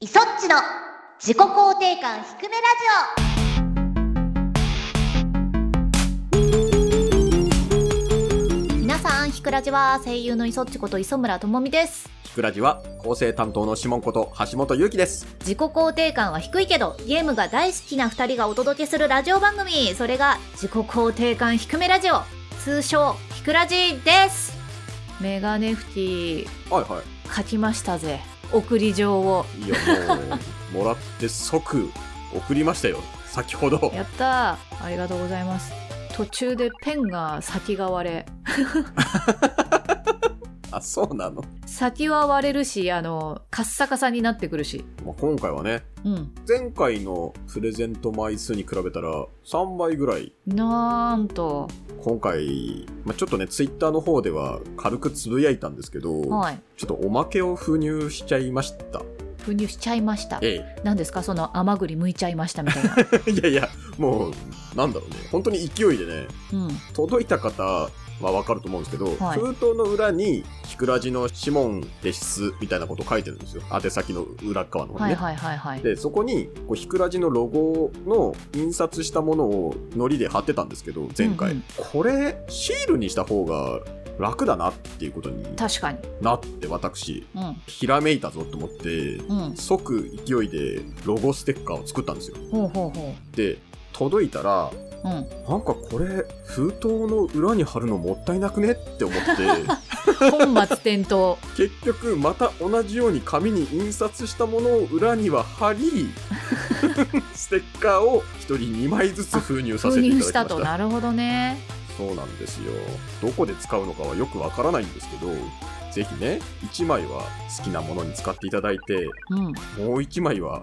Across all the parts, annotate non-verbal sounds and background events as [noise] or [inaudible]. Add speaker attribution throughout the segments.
Speaker 1: イソッチの自己肯定感低めラジ
Speaker 2: 皆さん、ひくらじは声優の磯っちこと磯村智美です。
Speaker 3: ひくらじは構成担当の指紋こと橋本ゆうきです。
Speaker 2: 自己肯定感は低いけど、ゲームが大好きな二人がお届けするラジオ番組、それが自己肯定感低めラジオ、通称ひくらじです。メガネフティ
Speaker 3: はいは
Speaker 2: 書きましたぜ。送り状を。
Speaker 3: い。いや
Speaker 2: [laughs]
Speaker 3: もう、もらって即送りましたよ。先ほど。
Speaker 2: やったーありがとうございます。途中でペンが先が割れ。
Speaker 3: あ、そうなの。
Speaker 2: 先は割れるし、あの、カッサカサになってくるし。
Speaker 3: まあ、今回はね、
Speaker 2: うん。
Speaker 3: 前回のプレゼント枚数に比べたら3倍ぐらい。
Speaker 2: なんと。
Speaker 3: 今回、まあ、ちょっとね、ツイッターの方では軽くつぶやいたんですけど、
Speaker 2: はい。
Speaker 3: ちょっとおまけを封入しちゃいました。
Speaker 2: 封入しちゃいました。
Speaker 3: え
Speaker 2: 何ですかその甘栗剥いちゃいましたみ
Speaker 3: [laughs]
Speaker 2: たいな。
Speaker 3: え。 [laughs] いやいや、もう、なんだろうね。本当に勢いでね、
Speaker 2: うん。
Speaker 3: 届いた方はわかると思うんですけど、
Speaker 2: はい
Speaker 3: 封筒の裏に「ひくらじの指紋です」みたいなこと書いてるんですよ宛先の裏側の方にね。
Speaker 2: はいはいはいはい。
Speaker 3: でそこにこうひくらじのロゴの印刷したものをのりで貼ってたんですけど前回、
Speaker 2: うんうん
Speaker 3: これシールにした方が楽だなっていうことに
Speaker 2: 確かに。
Speaker 3: なって私
Speaker 2: うん。
Speaker 3: ひらめいたぞと思って
Speaker 2: うん。
Speaker 3: 即勢いでロゴステッカーを作ったんですよ
Speaker 2: ほうほうほ
Speaker 3: で届いた
Speaker 2: う。
Speaker 3: ら
Speaker 2: うん。
Speaker 3: なんかこれ封筒の裏に貼るのもったいなくねって思って [laughs]
Speaker 2: 本末転倒。
Speaker 3: 結局また同じように紙に印刷したものを裏には貼 [laughs] りステッカーを1人2枚ずつ封入さ
Speaker 2: 封
Speaker 3: せてい
Speaker 2: 入
Speaker 3: ただきま
Speaker 2: し
Speaker 3: したた
Speaker 2: と。なるほどね。
Speaker 3: そうなんですよどこで使うのかはよくわからないんですけどぜひね1枚は好きなものに使っていただいて
Speaker 2: うん。
Speaker 3: もう1枚は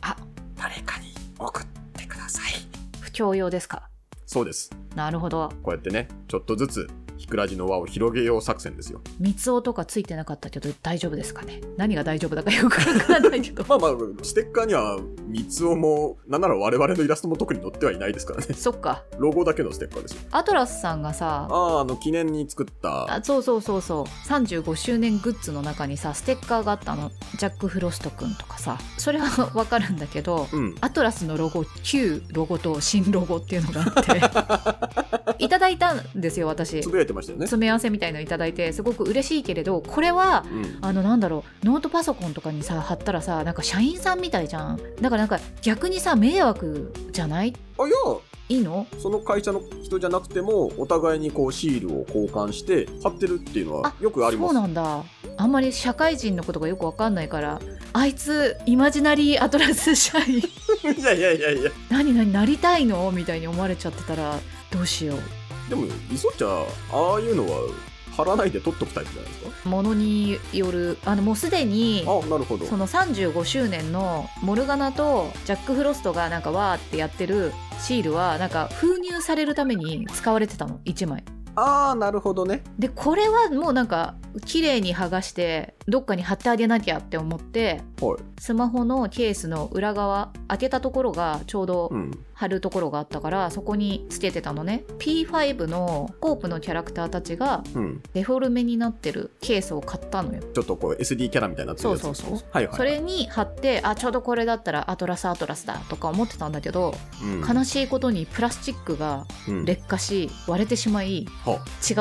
Speaker 2: あ
Speaker 3: 誰かに送ってください
Speaker 2: 不況用ですか。
Speaker 3: そうです
Speaker 2: なるほど。
Speaker 3: こうやってねちょっとずつひくらじの輪を広げよう作戦ですよ
Speaker 2: 三つ男とかついてなかったけど大丈夫ですかね。何が大丈夫だかよくわからないけ
Speaker 3: [laughs]。
Speaker 2: ど
Speaker 3: まあまあ、ステッカーには、三つおも、なんなら我々のイラストも特に載ってはいないですからね。
Speaker 2: そっか。
Speaker 3: [laughs] ロゴだけのステッカーですよ。
Speaker 2: アトラスさんがさ、
Speaker 3: ああ、あの、記念に作った。
Speaker 2: あそうそうそうそう35周年グッズの中にさステッカーがあったのジャック・フロストくんとかさそれは [laughs] わかるんだけど
Speaker 3: うん。
Speaker 2: アトラスのロゴ旧ロゴと新ロゴっていうのがあって
Speaker 3: [laughs]
Speaker 2: いただいたんですよ私
Speaker 3: つぶやいてましたよね。
Speaker 2: 詰め合わせみたいのいただいてすごく嬉しいけれどこれは
Speaker 3: うん。
Speaker 2: あのなんだろうノートパソコンとかにさ貼ったらさなんか社員さんみたいじゃんだからなんか逆にさ迷惑じゃない
Speaker 3: あ、いや、
Speaker 2: いいの
Speaker 3: その会社の人じゃなくても、お互いにこう、シールを交換して、貼ってるっていうのは、よくあり
Speaker 2: そ
Speaker 3: ま
Speaker 2: う
Speaker 3: す。
Speaker 2: なんだあんまり社会人のことがよくわかんないからあいつイマジナリーアトラス社員
Speaker 3: [laughs]
Speaker 2: [laughs]
Speaker 3: いやいやいやいや。
Speaker 2: 何何なりたいのみたいに思われちゃってたらどうしよう
Speaker 3: でも、いそっちゃん、ああいうのは、貼らないで取っとくタイプじゃないですか。
Speaker 2: ものによるあのもうすでに
Speaker 3: あなるほど。
Speaker 2: その35周年のモルガナとジャック・フロストがなんかわーってやってるシールはなんか封入されるために使われてたの1枚
Speaker 3: ああ、なるほどね。
Speaker 2: でこれはもうなんか綺麗に剥がしてどっかに貼ってあげなきゃって思って
Speaker 3: はい。
Speaker 2: スマホのケースの裏側開けたところがちょうど
Speaker 3: うん。
Speaker 2: 貼るところがあったからそこにつけてたのね P5 のコープのキャラクターたちが
Speaker 3: うん。
Speaker 2: デフォルメになってるケースを買ったのよ
Speaker 3: ちょっとこう、SD キャラみたいになってるやつ。
Speaker 2: そうそうそう。
Speaker 3: はいはいはい。
Speaker 2: それに貼ってあちょうどこれだったらアトラスアトラスだとか思ってたんだけど
Speaker 3: うん、
Speaker 2: 悲しいことにプラスチックが
Speaker 3: うん
Speaker 2: 劣化し割れてしまい違う
Speaker 3: は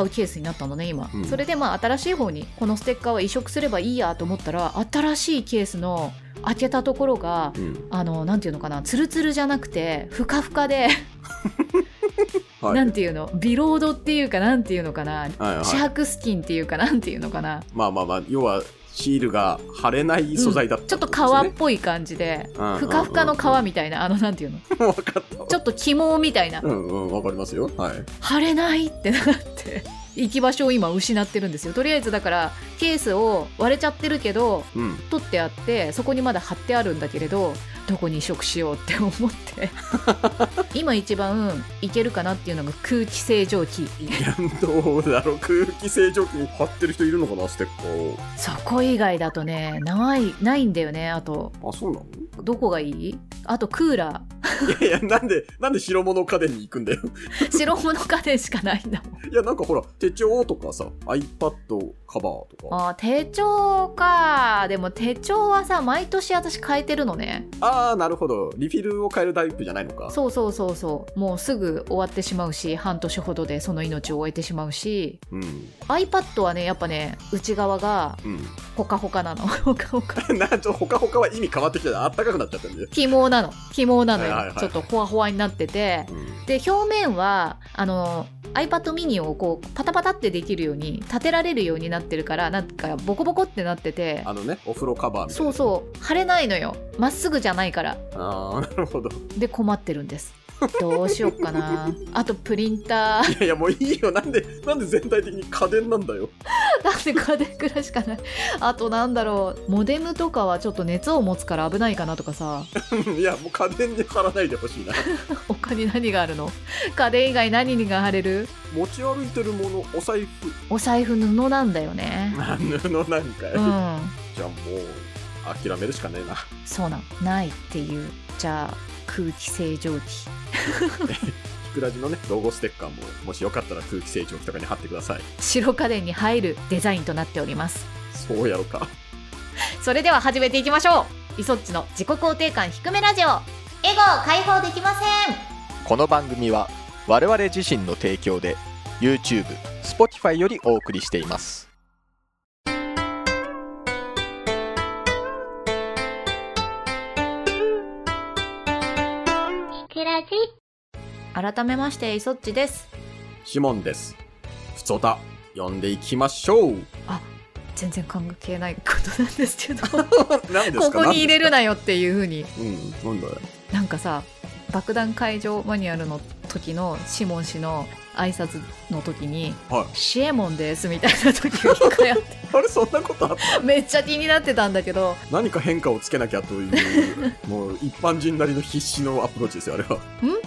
Speaker 2: ケースになったのね今
Speaker 3: うん
Speaker 2: それでまあ新しい方にこのステッカーは移植すればいいやと思ったら新しいケースの開けたところが
Speaker 3: うん
Speaker 2: あのなんていうのかなツルツルじゃなくてふかふかで、
Speaker 3: はい、
Speaker 2: なんていうのビロードっていうかなんていうのかな
Speaker 3: はいはい
Speaker 2: シャークスキンっていうかなんていうのかな
Speaker 3: まあまあまあ要はシールが貼れない素材だった
Speaker 2: ちょっと
Speaker 3: てこと
Speaker 2: 皮っ
Speaker 3: ですね
Speaker 2: ぽい感じで
Speaker 3: うん
Speaker 2: ふかふかの皮みたいなあのなんていうの
Speaker 3: [laughs] わかった
Speaker 2: ちょっと肝みたいな
Speaker 3: うんうんわかりますよはい
Speaker 2: 腫れないってなって行き場所を今失ってるんですよとりあえずだからケースを割れちゃってるけど
Speaker 3: うん
Speaker 2: 取ってあってそこにまだ貼ってあるんだけれどどこに移植しようって思って
Speaker 3: [laughs]
Speaker 2: 今一番いけるかなっていうのが空気清浄機
Speaker 3: いやどうだろう空気清浄機に貼ってる人いるのかなステッカー
Speaker 2: そこ以外だとねないないんだよねあと [laughs]
Speaker 3: をあそうなの
Speaker 2: どこがいいあとクーラー
Speaker 3: いやいや、なんで、なんで白物家電に行くんだよ。 [laughs]
Speaker 2: 白物家電しかないんだもん
Speaker 3: いや、なんかほら、手帳とかさ、iPad カバーとか。
Speaker 2: あー手帳かでも手帳はさ毎年私変えてるのね
Speaker 3: ああ、なるほど。リフィルを変えるタイプじゃないのか。
Speaker 2: そうそうそうそうもうすぐ終わってしまうし半年ほどでその命を終えてしまうし
Speaker 3: う。うん。
Speaker 2: iPad はねやっぱね内側が
Speaker 3: う
Speaker 2: ほかほかなの [laughs] ほかほか
Speaker 3: ん。 [laughs] なんと、ほかほかは意味変わってきてあったかくなっちゃったんで。
Speaker 2: 起毛なの起毛なのよ、
Speaker 3: はいはいはい
Speaker 2: ちょっとほわほわになってて
Speaker 3: うん。
Speaker 2: で表面はあの iPad mini をこうパタパタってできるように立てられるようになってるからなんかボコボコってなってて
Speaker 3: あのね、お風呂カバーみたい
Speaker 2: そ
Speaker 3: な。
Speaker 2: うそう腫れないのよまっすぐじゃないから
Speaker 3: う。ああ、なるほど。い
Speaker 2: で困ってるん
Speaker 3: [laughs]
Speaker 2: ですどうしよっかなあとプリンター
Speaker 3: やいや、もういいよ。なんで、なんで全体的に家電なんだよ。 [laughs]
Speaker 2: だって家電くらいしかないあとなんだろうモデムとかはちょっと熱を持つから危ないかなとかさ
Speaker 3: うんいや、もう家電に貼らないでほしいな。
Speaker 2: 他に何があるの家電以外何が貼れる
Speaker 3: 持ち歩いてるもの、お財布。 [laughs]
Speaker 2: お財布布なんだよね
Speaker 3: あ布なんかい。
Speaker 2: うん
Speaker 3: じゃあもう、諦めるしかねえな。
Speaker 2: そうなんないっていうじゃあ空気清浄機
Speaker 3: ひくらじのね、ロゴステッカーも、もしよかったら空気清浄機とかに貼ってください。
Speaker 2: 白家電に入るデザインとなっております
Speaker 3: そうやろか。
Speaker 2: それでは始めていきましょうイソッチの自己肯定感低めラジオ
Speaker 1: エゴを解放できません
Speaker 4: この番組は我々自身の提供で YouTube、Spotify よりお送りしています。
Speaker 1: ひくらじ
Speaker 2: 改めましてイソッチです
Speaker 3: シモンです。ふつおた、呼んでいきましょう。
Speaker 2: 全然関係ないことなんですけど
Speaker 3: [laughs] 何で
Speaker 2: こ
Speaker 3: すか
Speaker 2: こに入れる
Speaker 3: な。
Speaker 2: なよっていうふうに
Speaker 3: うん、なんだよ。
Speaker 2: なんかさ爆弾解除マニュアルの時のシモン氏の挨拶の時に「
Speaker 3: は
Speaker 2: シエモンです」みたいな時が一回あって
Speaker 3: [laughs] あれ、そんなことあった
Speaker 2: めっちゃ気になってたんだけど
Speaker 3: 何か変化をつけなきゃという、もう一般人なりの必死のアプローチですよ、あれは。
Speaker 2: ん
Speaker 3: [laughs]
Speaker 2: っ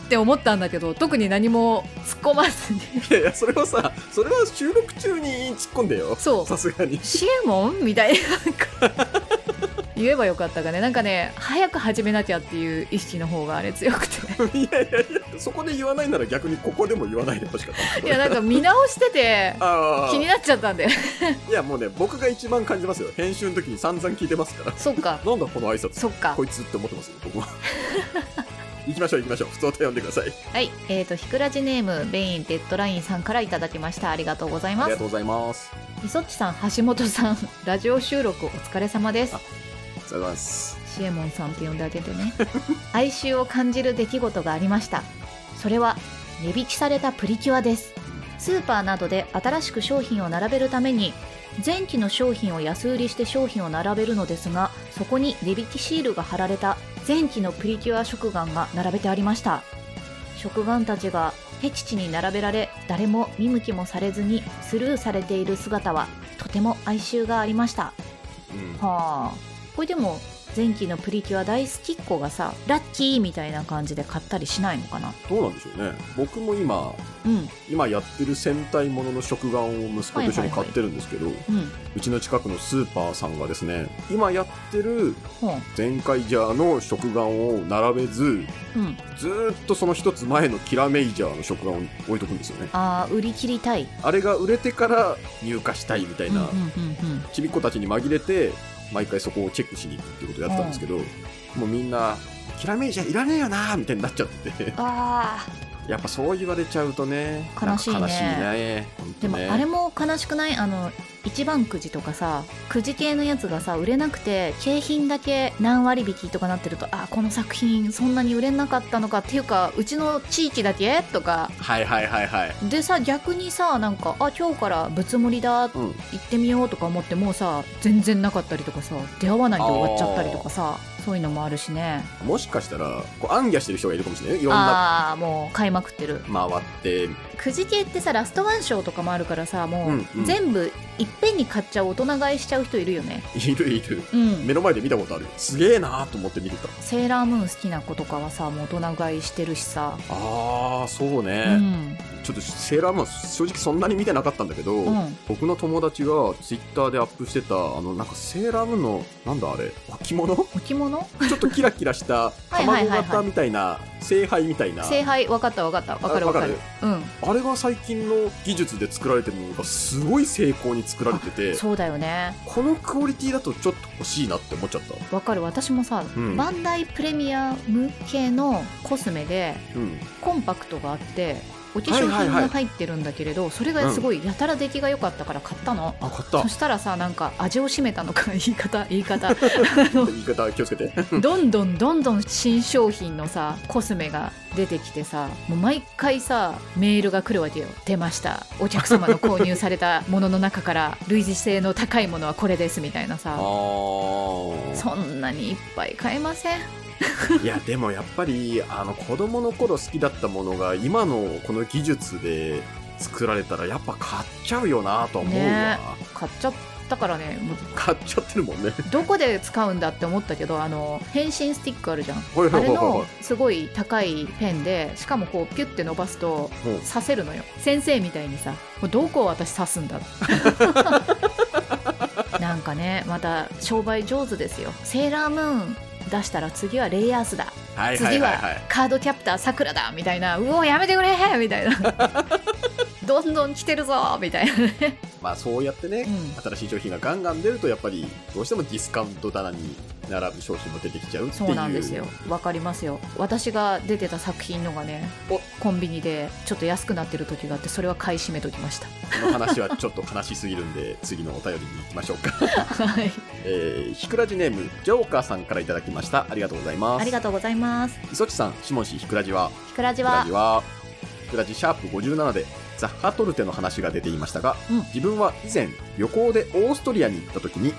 Speaker 2: て思ったんだけど特に何も突っ込まずに
Speaker 3: いやいや、それをさ、それは収録中に突っ込んでよ。
Speaker 2: そう
Speaker 3: さすが
Speaker 2: 「。
Speaker 3: に [laughs]
Speaker 2: シエモン?」みたいななんか言えばよかったかねなんかね早く始めなきゃっていう意識の方があれ強く
Speaker 3: [laughs]
Speaker 2: て
Speaker 3: いやいやいや、そこで言わないなら逆にここでも言わないでほしかった。
Speaker 2: いやなんか見直してて
Speaker 3: ああ。
Speaker 2: 気になっちゃったんで
Speaker 3: いやもうね、僕が一番感じますよ。編集の時に散々聞いてますから。 [laughs]
Speaker 2: そっか
Speaker 3: なんだこの挨拶。
Speaker 2: そっか
Speaker 3: こいつって思ってますよ、
Speaker 2: [laughs]
Speaker 3: 僕は。行きましょう行きましょう。普通お便り読んでください。
Speaker 2: はい、えー、と、ひくらじネーム、ベインデッドラインさんからいただきました。ありがとうござい
Speaker 3: あ
Speaker 2: ま
Speaker 3: りが
Speaker 2: す
Speaker 3: と。うございます。
Speaker 2: みそっちさん、橋本さん、ラジオ収録お疲れ様です
Speaker 3: あ。ありがとうございます。
Speaker 2: シエモンさんって呼んであげてね。 [laughs] 哀愁を感じる出来事がありました。それは、値引きされたプリキュアです。スーパーなどで新しく商品を並べるために、前期の商品を安売りして商品を並べるのですが、そこに値引きシールが貼られた前期のプリキュア食玩が並べてありました。食玩たちがへき地に並べられ、誰も見向きもされずにスルーされている姿は、とても哀愁がありました。
Speaker 3: うん。
Speaker 2: はあこれでも前期のプリキュア大好きっ子がさラッキーみたいな感じで買ったりしないのかな
Speaker 3: どうなんでしょうね。僕も今、
Speaker 2: うん
Speaker 3: 今やってる戦隊ものの食玩を息子と一緒に買ってるんですけど、
Speaker 2: うん
Speaker 3: うちの近くのスーパーさんがですね、今やってる
Speaker 2: ほ
Speaker 3: 全開ジャーの食玩を並べず、
Speaker 2: ううん
Speaker 3: ずーっとその一つ前のキラメイジャーの食玩を置いとくんですよね。
Speaker 2: ああ売り切りたい
Speaker 3: あれが売れてから入荷したいみたいな、
Speaker 2: うんうんうんうん
Speaker 3: ちびっ子たちに紛れて、毎回そこをチェックしに行くってことをやってたんですけど、もうみんな、キラメイジャーいらねえよなーみたいになっちゃってて、
Speaker 2: ああ
Speaker 3: やっぱそう言われちゃうとね、
Speaker 2: 悲しいね
Speaker 3: なんか悲しいね。ほんと
Speaker 2: でも
Speaker 3: ね
Speaker 2: あれも悲しくないあの一番くじとかさくじ系のやつがさ売れなくて景品だけ何割引きとかなってるとああこの作品そんなに売れなかったのかっていうかうちの地域だけとか
Speaker 3: はいはいはいはい。
Speaker 2: でさ逆にさなんかあ今日からぶつ盛りだ
Speaker 3: うん。
Speaker 2: 行ってみようとか思ってもうさ全然なかったりとかさ出会わないで終わっちゃったりとかさそういうのもあるしね
Speaker 3: もしかしたら、こう、暗夜してる人がいるかもしれないよ。いろんな、
Speaker 2: ああーもう買いまくってる
Speaker 3: 回って、
Speaker 2: くじ系ってさラストワン賞とかもあるからさもう、
Speaker 3: うんうん
Speaker 2: 全部いっぺんに買っちゃう大人買いしちゃう人いるよね
Speaker 3: いるいる。
Speaker 2: うん
Speaker 3: 目の前で見たことあるよ。すげえなーと思って見てた。
Speaker 2: セーラームーン好きな子とかはさもう大人買いしてるしさ、
Speaker 3: あー、そうね。
Speaker 2: うん
Speaker 3: ちょっとセーラームーン正直そんなに見てなかったんだけど、
Speaker 2: うん
Speaker 3: 僕の友達がツイッターでアップして
Speaker 2: [laughs]
Speaker 3: たあのなんかセーラームーンのなんだあれ置物ち
Speaker 2: 置物
Speaker 3: ょっとキラキラした
Speaker 2: はいはい
Speaker 3: 卵
Speaker 2: はいは
Speaker 3: 型
Speaker 2: い
Speaker 3: みたいな聖杯みたいな
Speaker 2: 聖杯分かった分かった分かる
Speaker 3: あ
Speaker 2: 分
Speaker 3: わ
Speaker 2: か
Speaker 3: か
Speaker 2: る
Speaker 3: る
Speaker 2: う
Speaker 3: あれが最近の技術で作られてるものがすごい精巧に作られてて
Speaker 2: んそうだよね
Speaker 3: このクオリティだとちょっと欲しいなって思っちゃった
Speaker 2: 分かる私もさ、
Speaker 3: うん
Speaker 2: バンダイプレミアム系のコスメで
Speaker 3: うん
Speaker 2: コンパクトがあってお化粧
Speaker 3: はい
Speaker 2: 品
Speaker 3: はいは
Speaker 2: が
Speaker 3: い
Speaker 2: 入ってるんだけれど、それがすごいやたら出来が良かったから買ったの、
Speaker 3: あ買っ
Speaker 2: そしたらさなんか味を占めたのか言い方言い方
Speaker 3: [laughs] た言い方気をつけて
Speaker 2: どんどんどんどん新商品のさコスメが出てきてさもう毎回さメールが来るわけよ出ましたお客様の購入されたものの中
Speaker 3: [laughs]
Speaker 2: から類似性の高いものはこれですみたいな
Speaker 3: [laughs] あ
Speaker 2: さ
Speaker 3: ー
Speaker 2: そんなにいっぱい買えません
Speaker 3: いやでもやっぱりあの子供の頃好きだったものが今のこの技術で作られたらやっぱ買っちゃうよなとは思うわ、
Speaker 2: ね買っちゃったからねもう
Speaker 3: 買っちゃってるもんね
Speaker 2: どこで使うんだって思ったけどあの変身スティックあるじゃん
Speaker 3: [laughs] はい
Speaker 2: あ
Speaker 3: はい
Speaker 2: れ
Speaker 3: はいはい
Speaker 2: のすごい高いペンでしかもこうピュッて伸ばすと
Speaker 3: うん
Speaker 2: 刺せるのよ先生みたいにさもうどこを私刺すんだ
Speaker 3: [laughs]
Speaker 2: なんかねまた商売上手ですよセーラームーン出したら次はレイアースだ
Speaker 3: はいは
Speaker 2: 次
Speaker 3: いはい
Speaker 2: は
Speaker 3: はい
Speaker 2: カードキャプターさくらだみたいなうおやめてくれみたいな
Speaker 3: [laughs]
Speaker 2: どんどん来てるぞみたいな、
Speaker 3: まあそうやって
Speaker 2: う
Speaker 3: ね、
Speaker 2: ん
Speaker 3: 新しい商品がガンガン出るとやっぱりどうしてもディスカウント棚に並ぶ商品も出てきちゃうっていう
Speaker 2: そうなんですよわかりますよ私が出てた作品のがね
Speaker 3: お
Speaker 2: コンビニでちょっと安くなってる時があってそれは買い占めときました
Speaker 3: この話はちょっと悲しすぎるんで次のお便りに行きましょうか、
Speaker 2: はい
Speaker 3: えー、ひくらじネームジョーカーさんからいただきましたありがとうございま
Speaker 2: [laughs]
Speaker 3: す
Speaker 2: ありがとうございます
Speaker 3: 磯地さんシモン氏ひくらじは
Speaker 2: ひくらじ
Speaker 3: ひくら
Speaker 2: は
Speaker 3: じはひくらじシャープ57でザッハトルテの話が出ていましたが、
Speaker 2: うん
Speaker 3: 自分は以前旅行でオーストリアに行った時に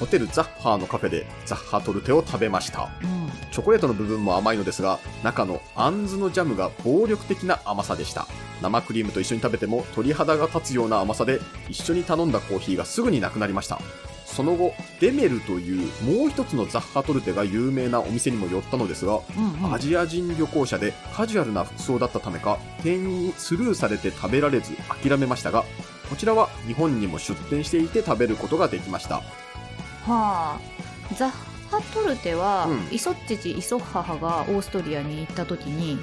Speaker 3: ホテルザッハーのカフェでザッハトルテを食べました
Speaker 2: うん
Speaker 3: チョコレートの部分も甘いのですが、中のあんずのジャムが暴力的な甘さでした。生クリームと一緒に食べても鳥肌が立つような甘さで、一緒に頼んだコーヒーがすぐになくなりました。その後、デメルというもう一つのザッハトルテが有名なお店にも寄ったのですが、
Speaker 2: うんうん
Speaker 3: アジア人旅行者でカジュアルな服装だったためか、店員にスルーされて食べられず諦めましたが、こちらは日本にも出店していて食べることができました。
Speaker 2: はあザッハトルテは、
Speaker 3: うん
Speaker 2: イソッチチイソッハハがオーストリアに行った時に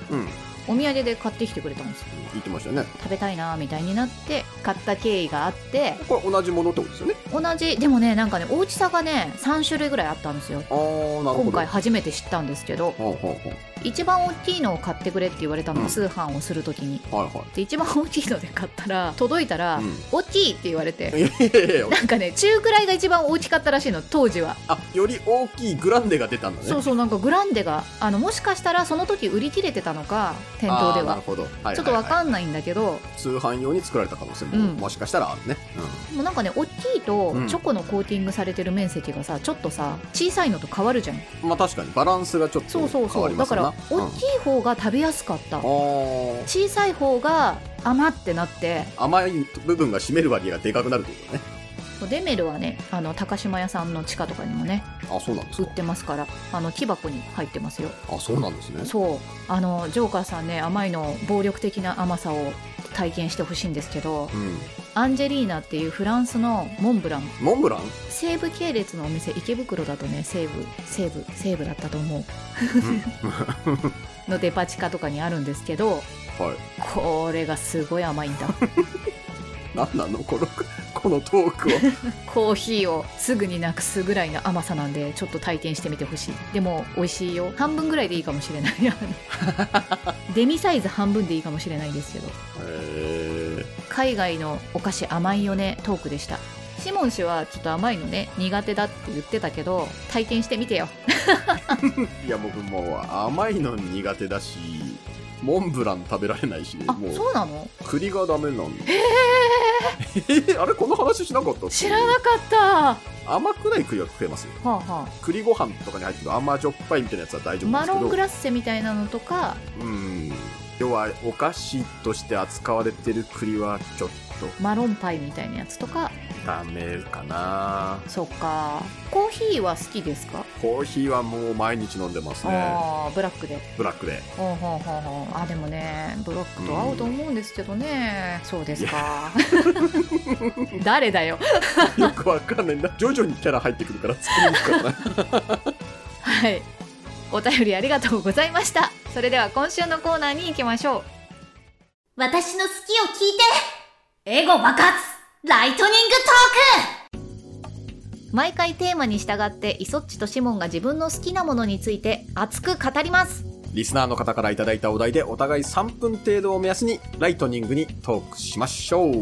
Speaker 3: う
Speaker 2: お
Speaker 3: ん、
Speaker 2: 土産で買ってきてくれたんですよ
Speaker 3: 言ってましたよね。
Speaker 2: 食べたいなみたいになって買った経緯があって
Speaker 3: これ同じものってことですよね。
Speaker 2: 同じでもねなんかね大きさがね3種類ぐらいあったんですよ
Speaker 3: あー、なるほど。
Speaker 2: 今回初めて知ったんですけど
Speaker 3: ほうほうほう
Speaker 2: 一番大きいのを買ってくれって言われたの、
Speaker 3: うん
Speaker 2: 通販をする時に
Speaker 3: はいはい。
Speaker 2: で一番大きいので買ったら届いたら、
Speaker 3: うん
Speaker 2: 大きいって言われて
Speaker 3: いやいやいや
Speaker 2: なんかね中くらいが一番大きかったらしいの当時は
Speaker 3: あより大きいグランデが出たんだね。
Speaker 2: そうそうなんかグランデがあのもしかしたらその時売り切れてたのか店頭で
Speaker 3: あーな
Speaker 2: は
Speaker 3: るほど。はいはいはい
Speaker 2: ちょっとわかんないんだけど、
Speaker 3: 通販用に作られた可能性も、
Speaker 2: うん
Speaker 3: もしかしたらあるね。
Speaker 2: もうなんかね大きいと
Speaker 3: うん
Speaker 2: チョコのコーティングされてる面積がさちょっとさ小さいのと変わるじゃん
Speaker 3: うん。まあ確かにバランスがちょっ
Speaker 2: そ
Speaker 3: と
Speaker 2: うそう
Speaker 3: 変
Speaker 2: そ
Speaker 3: わ
Speaker 2: う、
Speaker 3: りま
Speaker 2: だ
Speaker 3: す
Speaker 2: か
Speaker 3: よな。
Speaker 2: ら大きい方が食べやすかった
Speaker 3: うんあー
Speaker 2: 小さい方が甘ってなって
Speaker 3: 甘い部分が占める割合がでかくなるってことね。
Speaker 2: デメルはねあの高島屋さんの地下とかにもね
Speaker 3: あそうなんです
Speaker 2: 売
Speaker 3: か
Speaker 2: っ。てますからあの木箱に入ってますよ
Speaker 3: あそうなんですね。
Speaker 2: そうあのジョーカーさんね甘いの暴力的な甘さを体験してほしいんですけど
Speaker 3: うん。
Speaker 2: アンジェリーナっていうフランスのモンブラン
Speaker 3: モンブラン？
Speaker 2: 西武系列のお店池袋だとね西武西武西武だったと思う [laughs] のデパ地下とかにあるんですけど
Speaker 3: はい。
Speaker 2: これがすごい甘いんだ
Speaker 3: なんなのこのこのトークは。
Speaker 2: [laughs] コーヒーをすぐになくすぐらいの甘さなんでちょっと体験してみてほしいでも美味しいよ半分ぐらいでいいかもしれない [laughs] あのデミサイズ半分でいいかもしれないですけど
Speaker 3: へ
Speaker 2: 海外のお菓子甘いよねトークでしたシモン氏はちょっと甘いのね苦手だって言ってたけど体験してみてよ
Speaker 3: え。いや僕もう甘いの苦手だし、モンブラン食べられないし、
Speaker 2: あ
Speaker 3: もう
Speaker 2: そうなの
Speaker 3: 栗がダメなんだ。 [laughs] えー、あれこの話しなかった
Speaker 2: 知らなかったは
Speaker 3: 甘くない栗は食えますよ
Speaker 2: あはあ
Speaker 3: 栗ご飯とかに入ってる甘じょっぱいみたいなやつは大丈夫なん
Speaker 2: マ
Speaker 3: ですけ
Speaker 2: ロ
Speaker 3: ど
Speaker 2: ングラッセみたいなのとか
Speaker 3: うん要はお菓子として扱われてる栗はちょっと
Speaker 2: マロンパイみたいなやつとか
Speaker 3: ダメかな
Speaker 2: そっかコーヒーは好きですか、
Speaker 3: コーヒーはもう毎日飲んでますね
Speaker 2: ああブラックで
Speaker 3: ブラックで [laughs]
Speaker 2: ほうほうほうほうあでもねブラックと合うと思うんですけどねそうですか [laughs] 誰だよ
Speaker 3: よ
Speaker 2: [laughs]
Speaker 3: くわかんないんだ徐々にキャラ入ってくるから作るからな
Speaker 2: はいお便りありがとうございましたそれでは今週のコーナーに行きましょう
Speaker 1: 私の好きを聞いてエゴ爆発ライトニング
Speaker 2: 毎回テーマに従ってイソッチとシモンが自分の好きなものについて熱く語ります
Speaker 3: リスナーの方からいただいたお題でお互い3分程度を目安にライトニングにトークしましょう。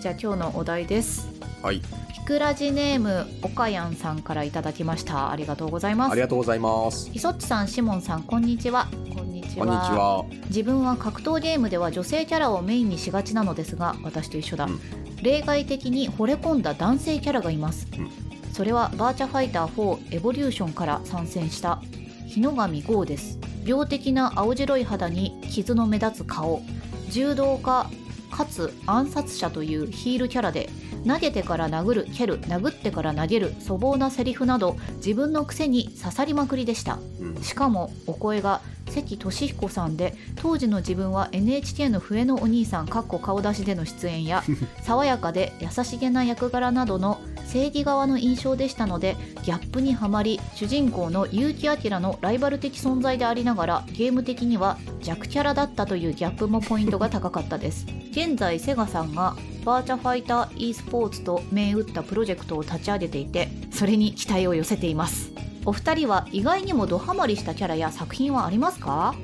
Speaker 2: じゃあ今日のお題です
Speaker 3: はい。
Speaker 2: ひくらじネームおかやんさんからいただきましたありがとうございま
Speaker 3: あり
Speaker 2: す
Speaker 3: がとうございます。
Speaker 2: イソッチさんシモンさんこんにちはこんにち
Speaker 3: こんにちは。
Speaker 2: 自分は格闘ゲームでは女性キャラをメインにしがちなのですが私と一緒だ、
Speaker 3: うん
Speaker 2: 例外的に惚れ込んだ男性キャラがいます、
Speaker 3: うん
Speaker 2: それはバーチャファイター4エボリューションから参戦した日野上剛です病的な青白い肌に傷の目立つ顔柔道家かつ暗殺者というヒールキャラで投げてから殴る蹴る殴ってから投げる粗暴なセリフなど自分の癖に刺さりまくりでした
Speaker 3: うん
Speaker 2: しかもお声が関俊彦さんで当時の自分は NHK の笛のお兄さんかっこ顔出しでの出演
Speaker 3: [laughs]
Speaker 2: や爽やかで優しげな役柄などの正義側の印象でしたのでギャップにはまり主人公の結城明のライバル的存在でありながらゲーム的には弱キャラだったというギャップもポイントが高かったです現在セガさんがバーチャファイター e スポーツと銘打ったプロジェクトを立ち上げていてそれに期待を寄せていますお二人は意外にもドハマりしたキャラや作品はありますか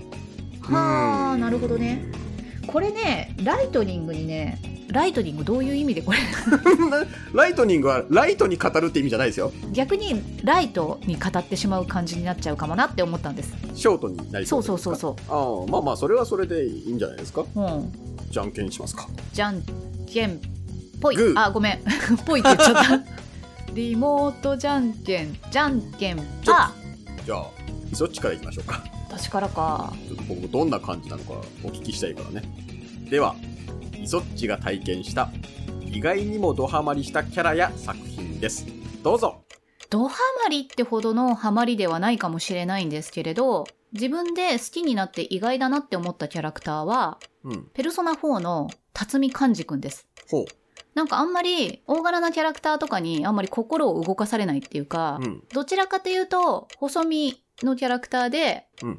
Speaker 2: はあなるほどね。これねライトニングにねライトニングどういう意味でこれ [laughs]
Speaker 3: [laughs] ライトニングはライトに語るって意味じゃないですよ。
Speaker 2: 逆にライトに語ってしまう感じになっちゃうかもなって思ったんです
Speaker 3: ショートになり
Speaker 2: そう
Speaker 3: です
Speaker 2: そうそうそ
Speaker 3: ああまあまあそれはそれでいいんじゃないですか
Speaker 2: ううん
Speaker 3: じゃんけんしますか
Speaker 2: じゃんけんぽい
Speaker 3: グー
Speaker 2: あごめん [laughs] ぽいって言っちゃ
Speaker 3: [laughs]
Speaker 2: ったリモートじゃんけんじゃんけん
Speaker 3: ちょっ
Speaker 2: あ
Speaker 3: じゃあそっちからいきましょうか
Speaker 2: 私からか
Speaker 3: ちょっと僕もどんな感じなのかお聞きしたいからねではイソッチが体験した意外にもドハマりしたキャラや作品ですどうぞ
Speaker 2: ドハマりってほどのハマりではないかもしれないんですけれど自分で好きになって意外だなって思ったキャラクターは
Speaker 3: うん
Speaker 2: ペルソナ4の辰巳寛治くんです
Speaker 3: ほ
Speaker 2: なんかあんまり大柄なキャラクターとかにあんまり心を動かされないっていうか、
Speaker 3: ううん
Speaker 2: どちらかというと細身のキャラクターで
Speaker 3: うん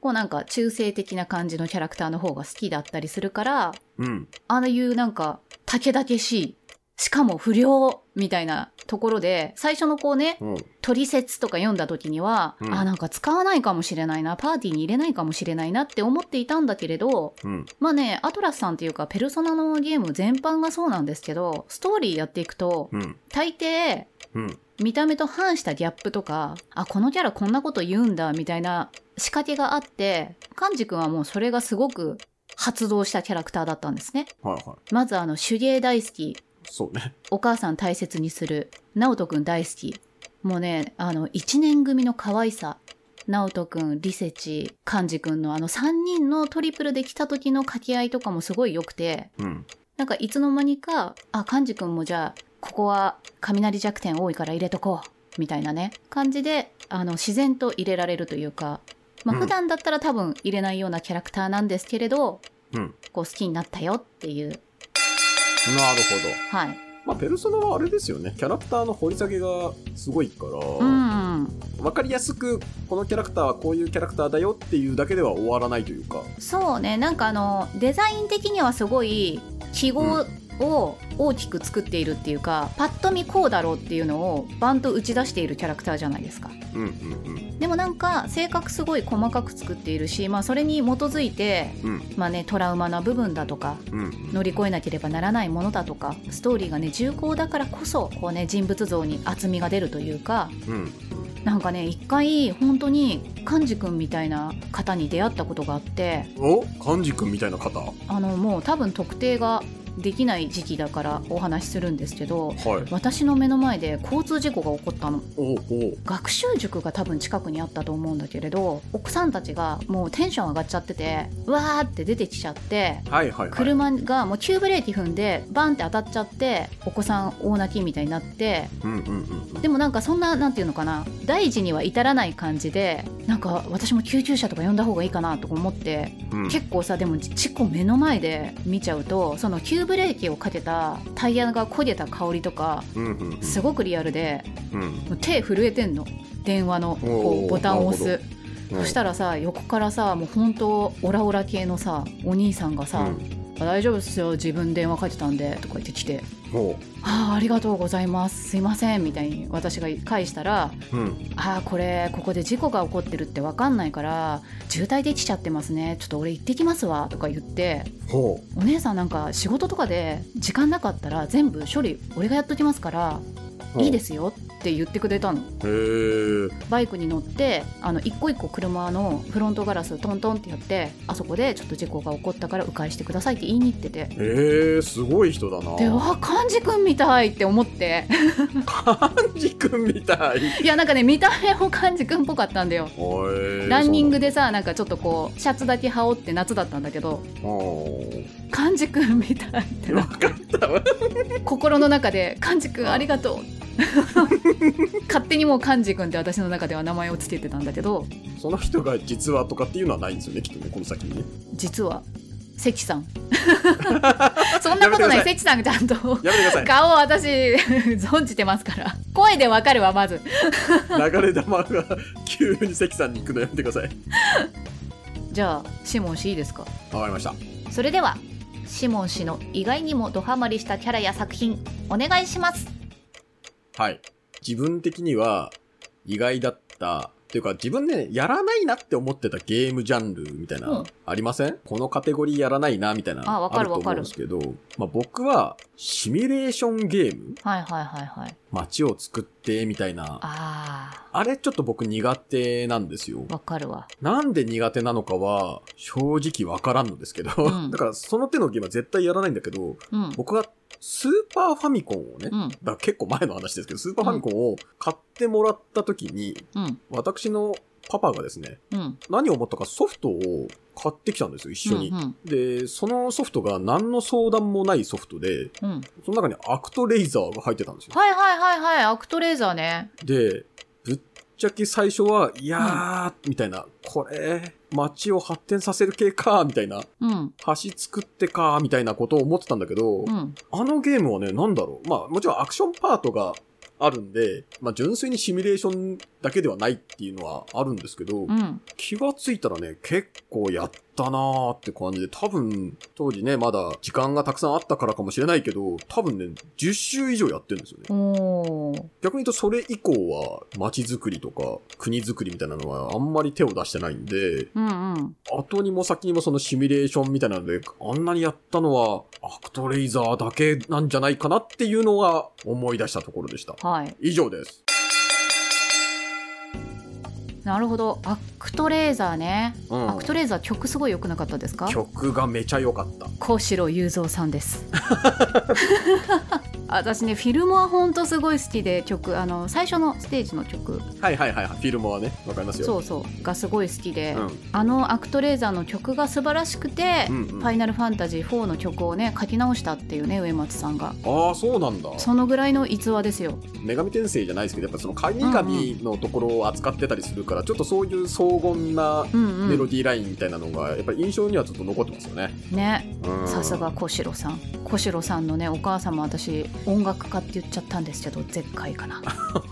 Speaker 2: こうなんか中性的な感じのキャラクターの方が好きだったりするから
Speaker 3: うんうん
Speaker 2: ああいうなんか、たけだけしい、しかも不良みたいなところで、最初のこうね、
Speaker 3: うん
Speaker 2: トリセツとか読んだ時には、
Speaker 3: うん
Speaker 2: あ、なんか使わないかもしれないな、パーティーに入れないかもしれないなって思っていたんだけれど、
Speaker 3: うん
Speaker 2: まあね、アトラスさんっていうか、ペルソナのゲーム全般がそうなんですけど、ストーリーやっていくと、
Speaker 3: うん
Speaker 2: 大抵、
Speaker 3: うん
Speaker 2: 見た目と反したギャップとかあこのキャラこんなこと言うんだみたいな仕掛けがあって寛治君はもうそれがすごく発動したキャラクターだったんですね
Speaker 3: はいはい
Speaker 2: まずあの手芸大好き
Speaker 3: そうね
Speaker 2: お母さん大切にする直人くん大好きもうねあの1年組の可愛さ直人くんリセチ寛治くんのあの3人のトリプルで来た時の掛け合いとかもすごい良くて
Speaker 3: うん
Speaker 2: なんかいつの間にか、あ、幹事くんもじゃあ、ここは雷弱点多いから入れとこう、みたいなね、感じで、あの、自然と入れられるというか、まあ、
Speaker 3: うん
Speaker 2: 普段だったら多分入れないようなキャラクターなんですけれど、
Speaker 3: うん
Speaker 2: こう好きになったよっていう、
Speaker 3: なるほど
Speaker 2: はい。
Speaker 3: まあペルソナはあれですよねキャラクターの掘り下げがすごいから、
Speaker 2: うん。
Speaker 3: わかりやすくこのキャラクターはこういうキャラクターだよっていうだけでは終わらないというか
Speaker 2: そうね、なんかあの、デザイン的にはすごい、記号を大きく作っているっていうか、パッと見こうだろうっていうのをバンと打ち出しているキャラクターじゃないですか。
Speaker 3: うんうん
Speaker 2: でもなんか性格すごい細かく作っているし、まあ、それに基づいて、
Speaker 3: うん
Speaker 2: まあね、トラウマな部分だとか
Speaker 3: うんうん
Speaker 2: 乗り越えなければならないものだとかストーリーがね重厚だからこそこう、ね、人物像に厚みが出るというか
Speaker 3: うん
Speaker 2: なんかね一回本当に寛治君みたいな方に出会ったことがあって
Speaker 3: お漢字君みたいな方は
Speaker 2: あのもう多分特定ができない時期だからお話しするんですけど
Speaker 3: い
Speaker 2: 私の目の前で交通事故が起こったの。
Speaker 3: おうおう
Speaker 2: 学習塾が多分近くにあったと思うんだけれど奥さんたちがもうテンション上がっちゃっててわーって出てきちゃって
Speaker 3: はいはいはい
Speaker 2: 車がもう急ブレーキ踏んでバンって当たっちゃってお子さん大泣きみたいになって
Speaker 3: うんうんうん
Speaker 2: でもなんかそんななんていうのかな大事には至らない感じでなんか私も救急車とか呼んだ方がいいかなとか思って
Speaker 3: うん
Speaker 2: 結構さでも事故目の前で見ちゃうとその急ブレーキをかけたタイヤが焦げた香りとか
Speaker 3: うんうんうん
Speaker 2: すごくリアルで
Speaker 3: うん
Speaker 2: もう手震えてんの電話のこ
Speaker 3: おー
Speaker 2: うボタンを押
Speaker 3: なる
Speaker 2: す
Speaker 3: うん
Speaker 2: そしたらさ横からさもう本当オラオラ系のさお兄さんがさ
Speaker 3: う
Speaker 2: 「
Speaker 3: ん
Speaker 2: あ大丈夫ですよ自分電話かけたんで」とか言ってきて
Speaker 3: ほ
Speaker 2: 「ああありがとうございますすいません」みたいに私が返したら「
Speaker 3: ううん
Speaker 2: ああこれここで事故が起こってるって分かんないから渋滞できちゃってますねちょっと俺行ってきますわ」とか言って
Speaker 3: ほう
Speaker 2: お姉さんなんか仕事とかで時間なかったら全部処理俺がやっときますから
Speaker 3: ほう
Speaker 2: いいですよって言ってくれたの
Speaker 3: へー
Speaker 2: バイクに乗ってあの一個一個車のフロントガラスをトントンってやってあそこでちょっと事故が起こったから迂回してくださいって言いに行ってて。
Speaker 3: えー、すごい人だな
Speaker 2: でわ幹事くんみたいって思って [laughs]
Speaker 3: ジ君みたい
Speaker 2: いやなんかね見た目も幹事くんっぽかったんだよ
Speaker 3: おい
Speaker 2: ランニングでさなんかちょっとこうシャツだけ羽織って夏だったんだけど幹事くんみたいって
Speaker 3: 分かったわ
Speaker 2: 心の中で「幹事くんありがとう」 [laughs] 勝手にもう幹事くんって私の中では名前をつけてたんだけど
Speaker 3: その人が実はとかっていうのはないんですよねきっとねこの先にね
Speaker 2: 実は関さん [laughs] そんなことない関さんがちゃんと
Speaker 3: やめてくだ
Speaker 2: 顔を私 [laughs] 存じてますから声でわかるわまず
Speaker 3: さい流れ玉が急に関さんに行くのやめてください
Speaker 2: じゃあシモン氏いいですか
Speaker 3: わかりました
Speaker 5: それではシモン氏の意外にもドハマりしたキャラや作品お願いします
Speaker 3: はい。自分的には意外だった。っていうか自分ね、やらないなって思ってたゲームジャンルみたいな、
Speaker 5: うん
Speaker 3: ありませんこのカテゴリーやらないなみたいな。
Speaker 5: あわかる
Speaker 3: あと思うんですけど、まあ僕はシミュレーションゲーム
Speaker 5: はいはいはいはい
Speaker 3: 街を作ってみたいな。あ
Speaker 5: あ
Speaker 3: れちょっと僕苦手なんですよ
Speaker 5: ー。わかるわ
Speaker 3: なんで苦手なのかは正直わからんのですけど、
Speaker 5: うん
Speaker 3: [laughs] だからその手のゲームは絶対やらないんだけど、
Speaker 5: うん
Speaker 3: 僕はスーパーファミコンをね、
Speaker 5: うん
Speaker 3: だから結構前の話ですけど、スーパーファミコンを買ってもらった時に、
Speaker 5: うん
Speaker 3: 私のパパがですね、
Speaker 5: うん
Speaker 3: 何を思ったかソフトを買ってきたんですよ、一緒に。
Speaker 5: うんうん
Speaker 3: で、そのソフトが何の相談もないソフトで、
Speaker 5: うん
Speaker 3: その中にアクトレイザーが入ってたんですよ。
Speaker 5: はいはいはいはいアクトレーザーね
Speaker 3: で、ぶっちゃけ最初は、いやー、みたいな、これ、街を発展させる系か、みたいな、
Speaker 5: うん
Speaker 3: 橋作ってか、みたいなことを思ってたんだけど、
Speaker 5: うん
Speaker 3: あのゲームはね、なんだろう。まあ、もちろんアクションパートがあるんで、まあ、純粋にシミュレーションだけではないっていうのはあるんですけど、
Speaker 5: うん
Speaker 3: 気がついたらね、結構やったなーって感じで、多分、当時ね、まだ時間がたくさんあったからかもしれないけど、多分ね、10周以上やってるんですよね。
Speaker 5: おー
Speaker 3: 逆に言うと、それ以降は、街づくりとか、国づくりみたいなのは、あんまり手を出してないんで、
Speaker 2: うんうん
Speaker 3: 後にも先にもそのシミュレーションみたいなので、あんなにやったのはアクトレイザーだけなんじゃないかなっていうのが思い出したところでした。
Speaker 2: はい
Speaker 3: 以上です。
Speaker 2: なるほどアクトレーザーね、
Speaker 3: うん
Speaker 2: アクトレーザー曲すごい良くなかったですか
Speaker 3: 曲がめちゃ良かった。
Speaker 2: 小城雄三さんです
Speaker 3: [laughs]
Speaker 2: 私ねフィルムはほんとすごい好きで曲あの最初のステージの曲
Speaker 3: はいはいはいはい。フィルムはね、わかりますよ。
Speaker 2: そうそうがすごい好きで、
Speaker 3: うん。
Speaker 2: あのアクトレーザーの曲が素晴らしくて、
Speaker 3: うんうん
Speaker 2: ファイナルファンタジー4の曲をね書き直したっていうね植松さんが
Speaker 3: ああ、そうなんだ。
Speaker 2: そのぐらいの逸話ですよ
Speaker 3: 女神転生じゃないですけど、やっぱその神々のところを扱ってたりするから、ちょっとそういう荘厳な
Speaker 2: うんう
Speaker 3: メロ
Speaker 2: ん
Speaker 3: ディーラインみたいなのが、やっぱり印象にはちょっと残ってますよね。
Speaker 2: ね
Speaker 3: うん
Speaker 2: さ
Speaker 3: [laughs]
Speaker 2: すが。小城さん小城さんのねお母様私音楽家って言っちゃったんですけど絶海
Speaker 3: [laughs]
Speaker 2: かな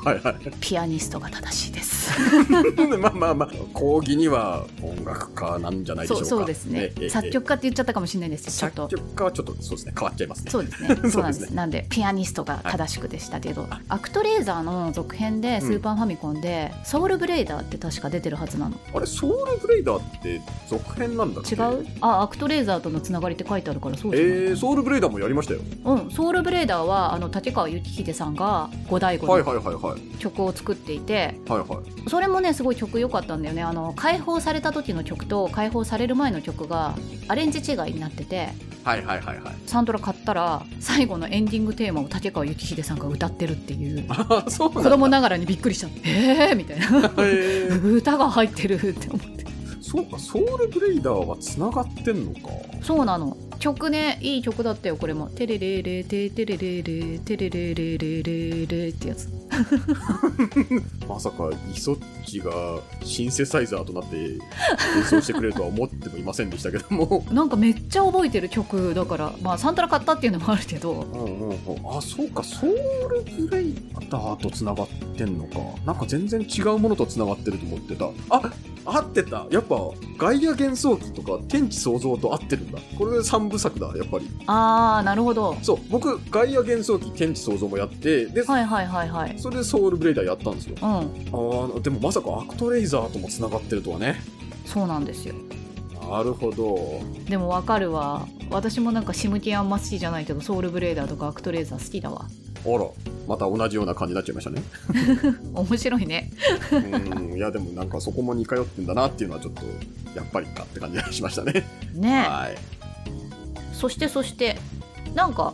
Speaker 3: はいはい。
Speaker 2: ピアニストが正しいです
Speaker 3: [laughs] まあまあまあ、講義には音楽家なんじゃないでしょ
Speaker 2: そううそ
Speaker 3: か。
Speaker 2: うですね
Speaker 3: ええ
Speaker 2: 作曲家って言っちゃったかもしれないですちょっと
Speaker 3: 作曲家はちょっとそうですね変わっちゃいますね
Speaker 2: そうです
Speaker 3: [laughs]
Speaker 2: ねそうなんです
Speaker 3: そうですね
Speaker 2: なんでピアニストが正しくでしたけど、アクトレーザーの続編でスーパーファミコンで、ソウルブレイダーって確か出てるはずなの
Speaker 3: あれソウルブレイダーって続編なんだっけ
Speaker 2: 違うあアクトレーザーとのつながりって書いてあるからそうじゃない、
Speaker 3: えー、ソウルブレイダーもやりましたよ、
Speaker 2: うん、ソウルブレイダーはあの立川幸秀さんが五代五
Speaker 3: はい
Speaker 2: の
Speaker 3: はいはいはい
Speaker 2: 曲を作っていて、
Speaker 3: はいはい
Speaker 2: それもねすごい曲良かったんだよねあの解放された時の曲と解放される前の曲がアレンジ違いになってて
Speaker 3: はいはいはい [laughs] はい
Speaker 2: サントラ買ったら最後のエンディングテーマを立川幸秀さんが歌ってるっていう
Speaker 3: あーそうなん
Speaker 2: 子
Speaker 3: だ
Speaker 2: 供ながらにびっくりした「えー!」みたいな [laughs]
Speaker 3: えー
Speaker 2: 歌が入ってるって思って
Speaker 3: そうかソウルブレイダーは繋がってんのか
Speaker 2: そうなの曲ねいい曲だったよこれも「テレレレテテレレレテレレレレレレ」ってやつ
Speaker 3: まさかイソッチがシンセサイザーとなって演奏してくれるとは思ってもいませんでしたけども
Speaker 2: なんかめっちゃ覚えてる曲だからまあサントラ買ったっていうのもあるけど
Speaker 3: うんうんうんあそうかソウルブレイダーとつながってんのかなんか全然違うものとつながってると思ってたあ合ってたやっぱガイア幻想記とか天地創造と合ってるんだこれ3部作だやっぱり
Speaker 2: あーなるほど
Speaker 3: そう僕ガイア幻想記天地創造もやってで、
Speaker 2: はいはいはいはい
Speaker 3: それでソウルブレイダーやったんですよ
Speaker 2: うん
Speaker 3: あーでもまさかアクトレイザーともつながってるとはね
Speaker 2: そうなんですよ
Speaker 3: なるほど
Speaker 2: でもわかるわ私もなんかシムキンあんま好きじゃないけどソウルブレーダーとかアクトレーザー好きだわ
Speaker 3: あらまた同じような感じになっちゃいましたね
Speaker 2: 面白いね
Speaker 3: うんいやでもなんかそこも似通ってんだなっていうのはちょっとやっぱりかって感じがしましたね
Speaker 2: ね
Speaker 3: はい
Speaker 2: そしてそしてなんか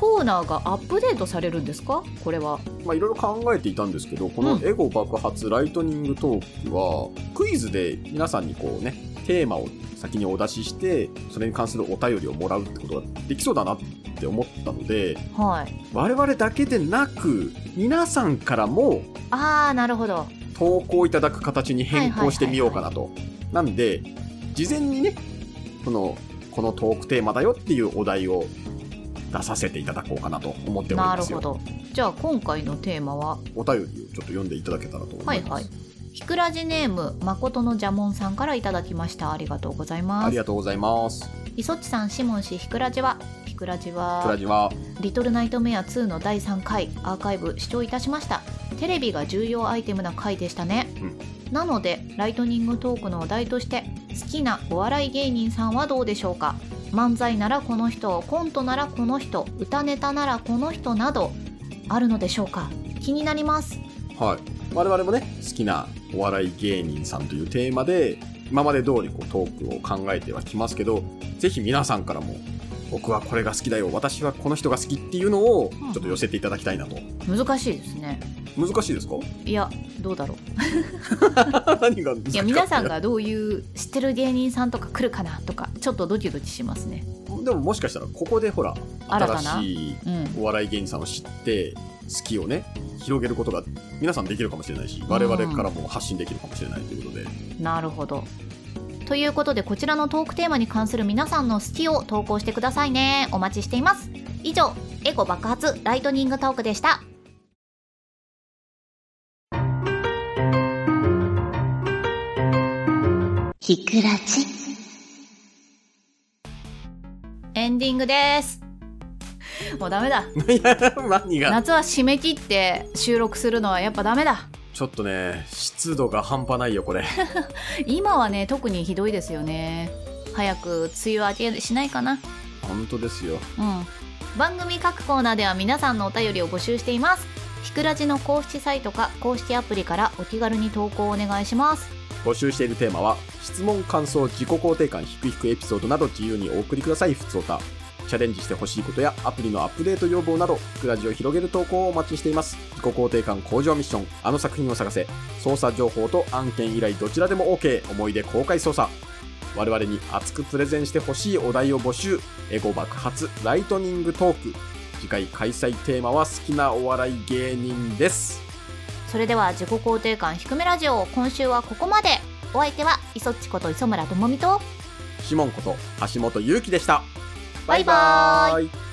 Speaker 2: コーナーがアップデートされるんですかこれは
Speaker 3: まあいろいろ考えていたんですけどこの
Speaker 2: うん
Speaker 3: エゴ爆発ライトニングトークはクイズで皆さんにこうねテーマを先にお出ししてそれに関するお便りをもらうってことができそうだなって思ったので
Speaker 2: はい
Speaker 3: 我々だけでなく皆さんからも
Speaker 6: あーなるほど
Speaker 3: 投稿いただく形に変更してみようかなと。なんで、事前にね、この、このトークテーマだよっていうお題を出させていただこうかなと思っており
Speaker 2: な
Speaker 3: ま
Speaker 2: る
Speaker 3: す
Speaker 2: ほ
Speaker 3: よ。
Speaker 2: どじゃあ今回のテーマは
Speaker 3: お便りをちょっと読んでいただけたらと思います。
Speaker 2: はいはいひくらじネームまことのジャモンさんからいただきましたありがとうござい
Speaker 3: あ
Speaker 2: ま
Speaker 3: り
Speaker 2: す
Speaker 3: がとうございます。
Speaker 2: いそっちさんシモン氏ひくらじはひくらじ
Speaker 3: クラ
Speaker 2: は
Speaker 3: ジは、
Speaker 2: リトルナイトメア2の第3回アーカイブ視聴いたしましたテレビが重要アイテムな回でしたね、なのでライトニングトークのお題として好きなお笑い芸人さんはどうでしょうか漫才ならこの人コントならこの人歌ネタならこの人などあるのでしょうか気になります
Speaker 3: はい。我々もね、好きなお笑い芸人さんというテーマで、今まで通りこうトークを考えてはきますけど、ぜひ皆さんからも、僕はこれが好きだよ、私はこの人が好きっていうのを、ちょっと寄せていただきたいなと。
Speaker 2: 難しいですね
Speaker 3: 難しいですか
Speaker 2: いやどうだろう
Speaker 3: [laughs] 何が難しかった
Speaker 2: いや皆さんがどういう知ってる芸人さんとか来るかなとかちょっとドキドキしますね
Speaker 3: でももしかしたらここでほら
Speaker 2: 新た
Speaker 3: 新
Speaker 2: な
Speaker 3: しい
Speaker 2: うん
Speaker 3: お笑い芸人さんを知って好きをね広げることが皆さんできるかもしれないし我々からも発信できるかもしれないということで、
Speaker 2: なるほどということでこちらのトークテーマに関する皆さんの好きを投稿してくださいねお待ちしています以上エゴ爆発ライトニングトークでした
Speaker 7: ひくらじ。
Speaker 2: エンディングですもうダメだ [laughs]
Speaker 3: いや何が
Speaker 2: 夏は締め切って収録するのはやっぱダメだ
Speaker 3: ちょっとね湿度が半端ないよこれ
Speaker 2: 今はね特にひどいですよね早く梅雨明けしないかな
Speaker 3: 本当ですよ
Speaker 2: うん、番組各コーナーでは皆さんのお便りを募集していますひくらじの公式サイトか公式アプリからお気軽に投稿お願いします
Speaker 3: 募集しているテーマは質問感想自己肯定感ひくひくエピソードなど自由にお送りくださいふつおたチャレンジしてほしいことやアプリのアップデート要望などひくラジを広げる投稿をお待ちしています自己肯定感向上ミッションあの作品を探せ捜査情報と案件依頼どちらでも OK 思い出公開捜査我々に熱くプレゼンしてほしいお題を募集エゴ爆発ライトニングトーク次回開催テーマは好きなお笑い芸人です
Speaker 2: それでは自己肯定感低めラジオ今週はここまでお相手は磯っちこと磯村智美と
Speaker 3: シモンこと橋本ゆうきでした
Speaker 2: バイバ
Speaker 3: ーイ